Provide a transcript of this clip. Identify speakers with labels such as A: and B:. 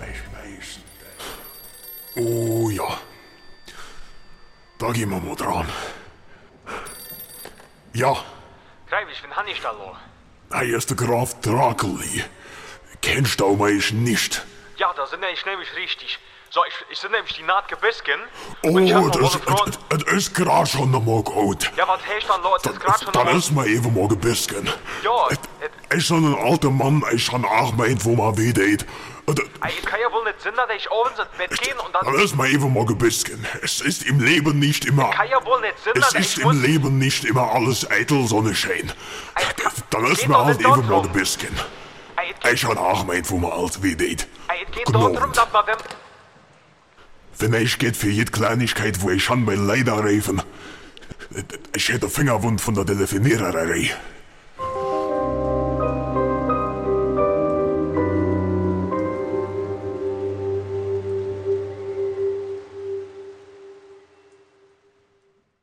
A: heißen. Oh ja. Da gehen wir mal dran. Ja,
B: Greif, ich bin Hannistallo.
A: er ist der Graf Drakeli. Kennst du mich nicht?
B: Ja, da sind ich nämlich richtig. So, ich, ich sind nämlich die Naht gebisken.
A: Oh,
B: ich hab noch
A: das,
B: was gefragt.
A: das, das ist gerade schon mal gut.
B: Ja, was heißt dann, Leute? Das gerade schon
A: Dann
B: mal-
A: ist mal eh, eben mal gebisken.
B: Ja,
A: Ich bin ein alter Mann, ich habe auch meint, wo man weh tut.
B: ey, es kann ja wohl nicht Sinn, dass ich abends ins Bett gehen und dann...
A: Dann ist mal eh, eben mal gebisken. Es ist im Leben nicht immer...
B: Kann ja wohl nicht Sinn,
A: Es
B: dass
A: ist
B: ich
A: im
B: muss...
A: Leben nicht immer alles eitel Sonnenschein. Dann ist
B: geht
A: mir
B: doch
A: halt
B: nicht dort
A: eben mal
B: rum.
A: gebisken.
B: Ey, es geht-
A: Ich habe auch meint, wo man alles weh tut.
B: ey, es geht
A: Guten
B: dort drum,
A: Abend.
B: dass man dem...
A: Wenn ich geht für jede Kleinigkeit, wo ich an mein Leider reifen. Ich hätte Fingerwund von der Telefoniererin.